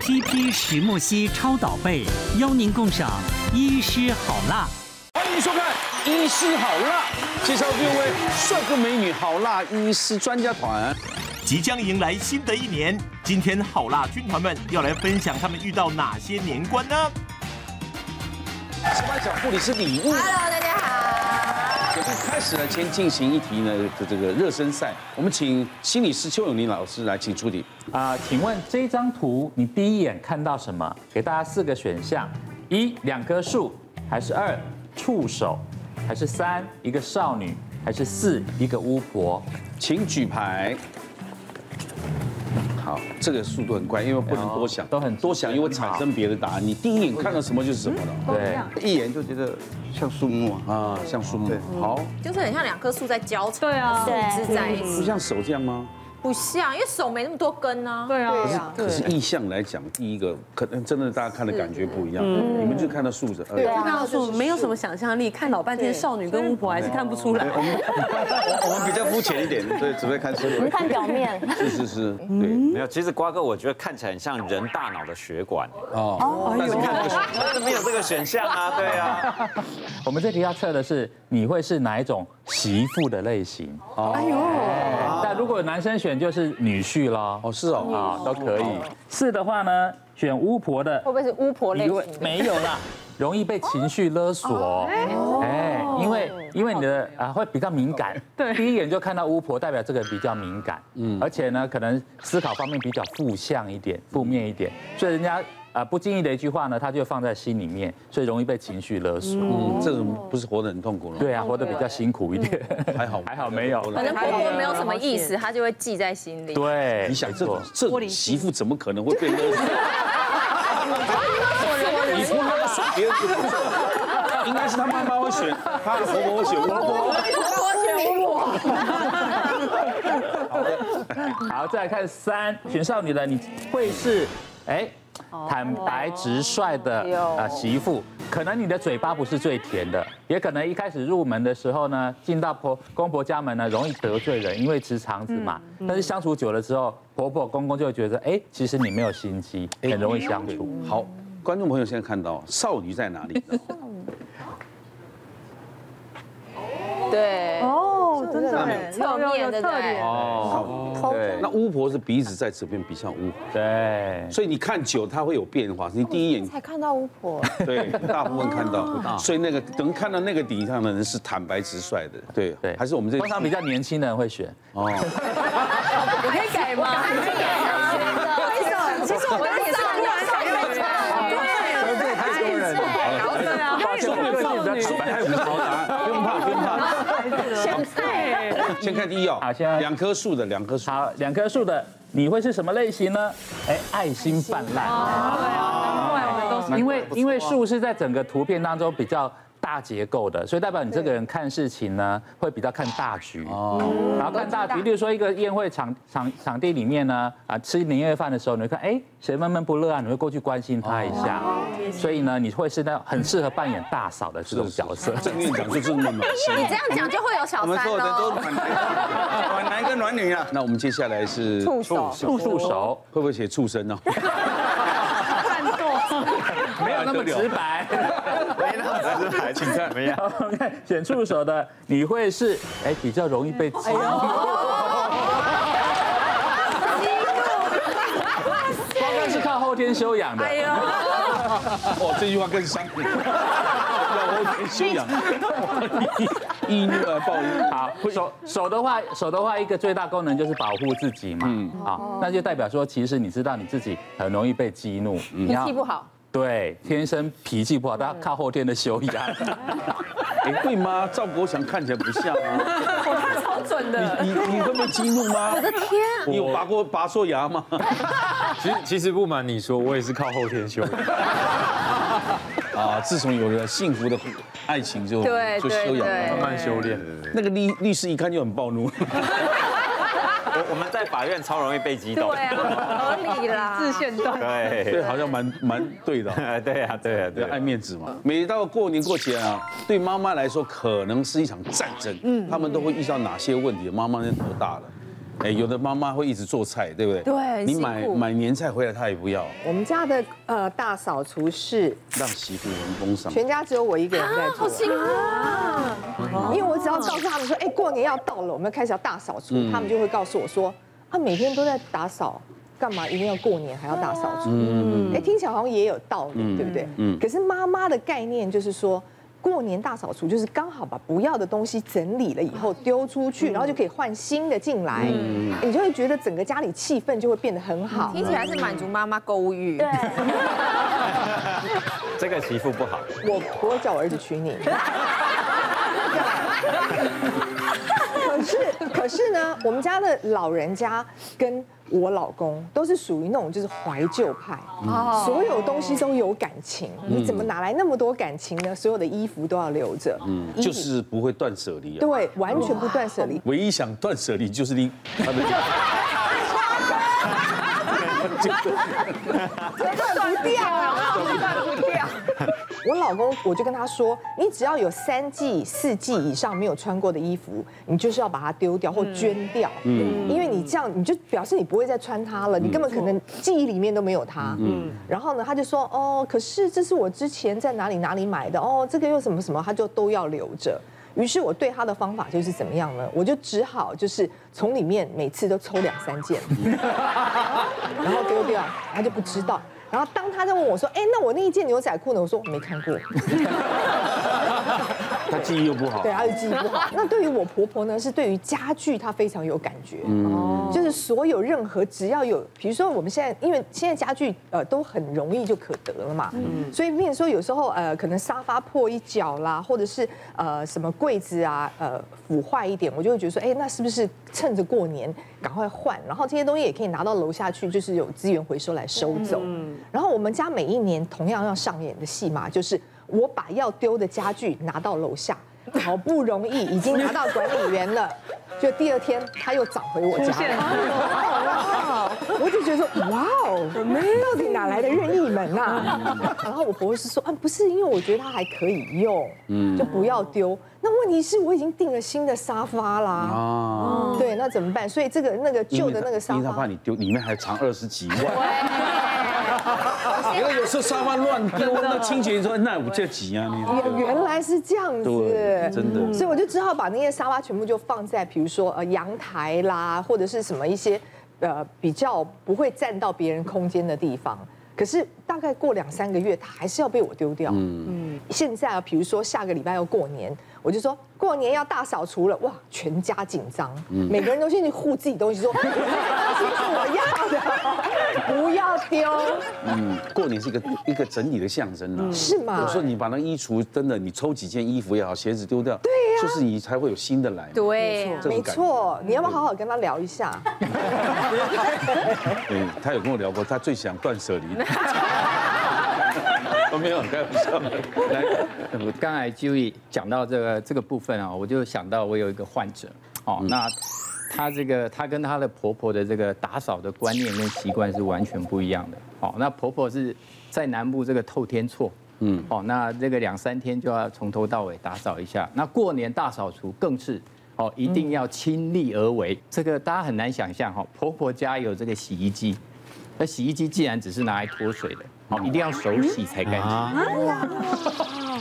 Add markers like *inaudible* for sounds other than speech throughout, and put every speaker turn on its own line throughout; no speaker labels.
CP 石墨烯超导被，邀您共赏医师好辣。
欢迎收看《医师好辣》，介绍六位帅哥美女好辣医师专家团。
即将迎来新的一年，今天好辣军团们要来分享他们遇到哪些年关呢？
值班小护理师礼物。
Hello，大家好。
节目开始呢，先进行一题呢的这个热身赛。我们请心理师邱永林老师来，请出题。
啊、请问这张图你第一眼看到什么？给大家四个选项：一两棵树，还是二触手，还是三一个少女，还是四一个巫婆？
请举牌。好，这个速度很快，因为不能多想，
哎呦都很
多想，因为产生别的答案。你第一眼看到什么就是什么了
对，
一眼就觉得像树木啊，
啊，像树木。好，
就是很像两棵树在交缠，
对啊
树枝在一
不
起，
像手这样吗？
不像，因为手没那么多根啊。
对啊，
可是意象来讲，第一个可能真的大家看的感觉不一样，你们就看到树着。对
啊
就告诉我没有什么想象力，看老半天少女跟巫婆还是看不出来。
呃
啊
我们比较肤浅一点，对，只会看树。
我们看表面，
是是是，对，
没
嗯
有，其实瓜哥我觉得看起来很像人大脑的血管，
哦，但是看这个树
但是没有这个选项啊，对啊，
我们这题要测的是你会是哪一种媳妇的类型。
哦
哎呦，
但如果男生选就是女婿喽，
啊哦是哦，
啊都可以。四的话呢，选巫婆的
会不会是巫婆类
因为
型的？
没有啦， *laughs* 容易被情绪勒索。哎，因为因为你的啊会比较敏感，对，第一眼就看到巫婆，代表这个比较敏感，嗯，而且呢，可能思考方面比较负向一点，负面一点，所以人家。啊，不经意的一句话呢，他就放在心里面，所以容易被情绪勒索。
嗯，这种不是活得很痛苦了？
对啊，活得比较辛苦一点。
还好
*laughs* 还好没有
反正婆婆没有什么意思，
对
她就会记在心里。
对，
你想这种
没错
这种媳妇怎么可能会被勒
*laughs*
索？你说她要选别人就不错，应该是她妈妈会选，她的婆婆会选巫婆。
哦好，再来看三，选少女的你会是，哎，坦白直率的啊媳妇，可能你的嘴巴不是最甜的，也可能一开始入门的时候呢，进到婆公婆家门呢，容易得罪人，因为直肠子嘛。但是相处久了之后，婆婆公公就会觉得，哎，其实你没有心机，很容易相处。
好，观众朋友现在看到少女在哪里？
*laughs* 对，
哦，真的哎，
侧面对不对？
哦，
对
那巫婆是鼻子在这边比像巫婆，
对，
所以你看久她会有变化，你第一眼
才看到巫婆，
*laughs* 对，大部分看
哦
到，所以那个能看到那个底上的人是坦白直率的，对
对，
还是我们这哦
通常比较年轻的人会选，
我可以改吗？
其实我们是少女，
对，太丢人了，好了，
啊
发现这个性比较
说不定还有什么好答案，不用怕，不用怕。先看第一哦
啊
好先，来
两棵树的两棵树，
好，两棵树的你会是什么类型呢？哎，爱心泛滥。因为因为树是在整个图片当中比较大结构的，所以代表你这个人看事情呢会比较看大局哦，然后看大局，例如说一个宴会场场场地里面呢，啊吃年夜饭的时候，你会看哎谁闷闷不乐啊，你会过去关心他一下，所以呢你会是那种很适合扮演大嫂的这种角色。
哦郑院长就这么暖心。
你这样讲就会有小
我们
三
所有的都
哦。
暖男，暖男 *laughs* 跟暖女啊。
那我们接下来是
触手
触触手
会不会写哦畜生呢？
没有那么直白，
没那么直
*laughs*
白，请看没有。
我们看选触手的你会是哎比较容易被激
哦
光看是靠后天修养
哎
的。
*laughs* 哦，这句话更伤人。要我信 *laughs* 仰，易怒啊，暴怒。
好，手手的话，手的话，一个最大功能就是保护自己嘛。嗯，好，那就代表说，其实你知道你自己很容易被激怒，
嗯
你
脾气不好，
对，天生脾气不好，但靠后天的修养。
哎，对吗？赵国强看起来不像啊。
好准的，
你你你会被激怒吗？我的天啊！你有拔过拔错牙吗？
*laughs* 其实其实不瞒你说，我也是靠后天修的。
*laughs* 啊，自从有了幸福的爱情就
对
就修
对
养
对
了。
慢修炼。
那个律律师一看就很暴怒，
我我们在法院超容易被激动
对。啊，合理啦。
自限段，
对，
对，
好像蛮蛮 *laughs* 对的。
哎对啊，对啊，
对，
对啊
爱。面子嘛。每到过年过节啊，对妈妈来说可能是一场战争。嗯，他们都会遇到哪些问题？妈妈那头大了。哎，有的妈妈会一直做菜，对不对？
对
你
辛
买
苦
买年菜回来，她也不要，
我们家的呃大扫除是
让媳妇闻风丧
全家只有我一个人在做，哦
辛苦
啊因为我只要告诉他们说，哎，过年要到了，我们开始要大扫除，他们就会告诉我说，啊，每天都在打扫，干嘛一定要过年还要大扫除？嗯，哎，听起来好像也有道理，对不对？嗯，可是妈妈的概念就是说。过年大扫除就是刚好把不要的东西整理了以后丢出去，然后就可以换新的进来，哎你就会觉得整个家里气氛就会变得很好。
听起来是满足妈妈购物欲。对，
这个媳妇不好，
我不会叫我儿子娶你。可是可是呢，我们家的老人家跟我老公都是属于那种就是怀旧派，所有东西都有感情，你怎么哪来那么多感情呢？所有的衣服都要留着，
嗯
衣服
就是不会断舍离啊。
对，完全不断舍离。
唯一想断舍离就是你，他们
断不掉啊，断不掉。我老公，我就跟他说，你只要有三季、四季以上没有穿过的衣服，你就是要把它丢掉或捐掉。嗯，因为你这样，你就表示你不会再穿它了，你根本可能记忆里面都没有它。嗯，然后呢，他就说，哦，可是这是我之前在哪里哪里买的，哦，这个又什么什么，他就都要留着。于是我对他的方法就是怎么样呢？我就只好就是从里面每次都抽两三件，然后丢掉，他就不知道。然后当他在问我说：“哎，那我那一件牛仔裤呢？”我说：“我没看过。
他记忆又不”好
对，，他就记忆不 *laughs* 好。那对于我婆婆呢，是对于家具她非常有感觉，就是所有任何只要有，比如说我们现在因为现在家具呃都很容易就可得了嘛，嗯所以变成说有时候呃可能沙发破一角啦，或者是呃什么柜子啊呃腐坏一点，我就会觉得说，哎，那是不是趁着过年赶快换？然后这些东西也可以拿到楼下去，就是有资源回收来收走。嗯然后我们家每一年同样要上演的戏码就是。我把要丢的家具拿到楼下，好不容易已经拿到管理员了，就第二天他又找回我家了。 *laughs* 我就觉得说，哇哦，到底哪来的任意门啊？然后我婆婆是说，啊，不是，因为我觉得它还可以用，
嗯
就不要丢。那问题是我已经订了新的沙发啦，
啊，
对，那怎么办？所以这个那个旧的那个沙
因为他怕
发，
你丢，里面还藏二十几万。因 *laughs* 为有时候沙发乱丢，那清洁说那我这几啊，
哦原
你
原来是这样
对，
子，
真的。
所以我就只好把那些沙发全部就放在，比如说呃阳台啦，或者是什么一些呃比较不会占到别人空间的地方。可是大概过两三个月，它还是要被我丢掉。嗯现在啊，比如说下个礼拜要过年，我就说过年要大扫除了，哇，全家紧张，
嗯
每个人都先去护自己东西，说 *laughs* 这个东西是
*laughs*
我要的，不要丢，
嗯，过年是一个一个整理的象征啦。
嗯是吗
有时？候你把那衣橱真的，你抽几件衣服也好，鞋子丢掉，对呀，就是你才会有新的来。
对啊，
这
没
种感觉，
错，你要不要好好跟他聊一下？
嗯，他有跟我聊过，他最想断舍
*laughs*
离。我没有开玩笑，来，
我刚才就讲到这个这个部分啊，我就想到我有一个患者哦，那她这个她跟她的婆婆的这个打扫的观念跟习惯是完全不一样的。哦，那婆婆是在南部这个透天厝，嗯，哦，那这个两三天就要从头到尾打扫一下。那过年大扫除更是哦，一定要亲力而为。这个大家很难想象哈、哦，婆婆家有这个洗衣机，那洗衣机既然只是拿来脱水的，哦，一定要手洗才干净。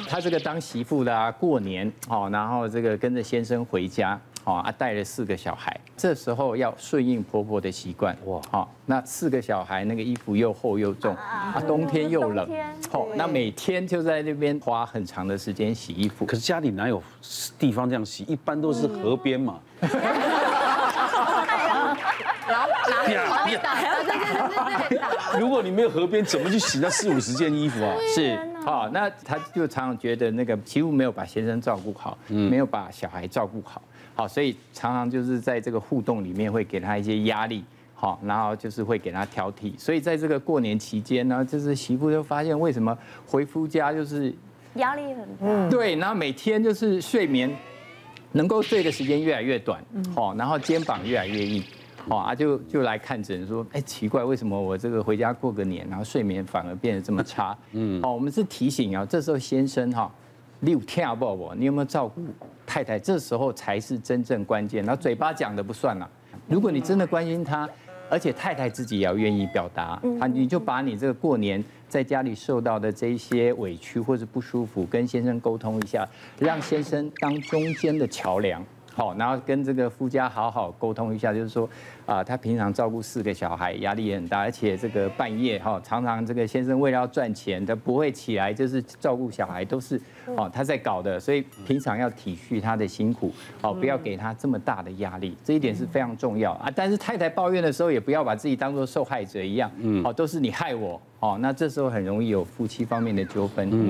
她这个当媳妇的啊，过年哦，然后这个跟着先生回家哦，啊带了四个小孩，这时候要顺应婆婆的习惯哇，好、那四个小孩那个衣服又厚又重啊，冬天又冷，哦，那每天就在那边花很长的 *laughs* 时间洗衣服
可，是家里哪有地方这样洗？一般都是河边嘛。
然后拿 *laughs* 拿打，对对对对对打。
如果你没有河边，怎么去洗那四五十件衣服啊？
是好、哦，那她就常常觉得那个媳妇没有把先生照顾好，没有把小孩照顾好，好，所以常常就是在这个互动里面会给她一些压力。好，然后就是会给她挑剔，所以在这个过年期间呢，就是媳妇就发现为什么回夫家就是
*laughs* 压力很大。
对，然后每天就是睡眠能够睡的时间越来越短，哦，然后肩膀越来越硬，哦啊就就来看诊说，哎，奇怪，为什么我这个回家过个年，然后睡眠反而变得这么差？嗯，哦，我们是提醒啊，这时候先生哈、你有听不不？你有没有照顾太太？这时候才是真正关键。然后嘴巴讲的不算了、如果你真的关心他，而且太太自己也要愿意表达，啊，你就把你这个过年在家里受到的这一些委屈或者不舒服，跟先生沟通一下，让先生当中间的桥梁。好，然后跟这个夫家好好沟通一下，就是说，啊，他平常照顾四个小孩，压力也很大，而且这个半夜哈，常常这个先生为了要赚钱，他不会起来，就是照顾小孩都是哦他在搞的，所以平常要体恤他的辛苦，哦，不要给他这么大的压力，这一点是非常重要啊。但是太太抱怨的时候，也不要把自己当做受害者一样，嗯，哦，都是你害我，哦，那这时候很容易有夫妻方面的纠纷，嗯。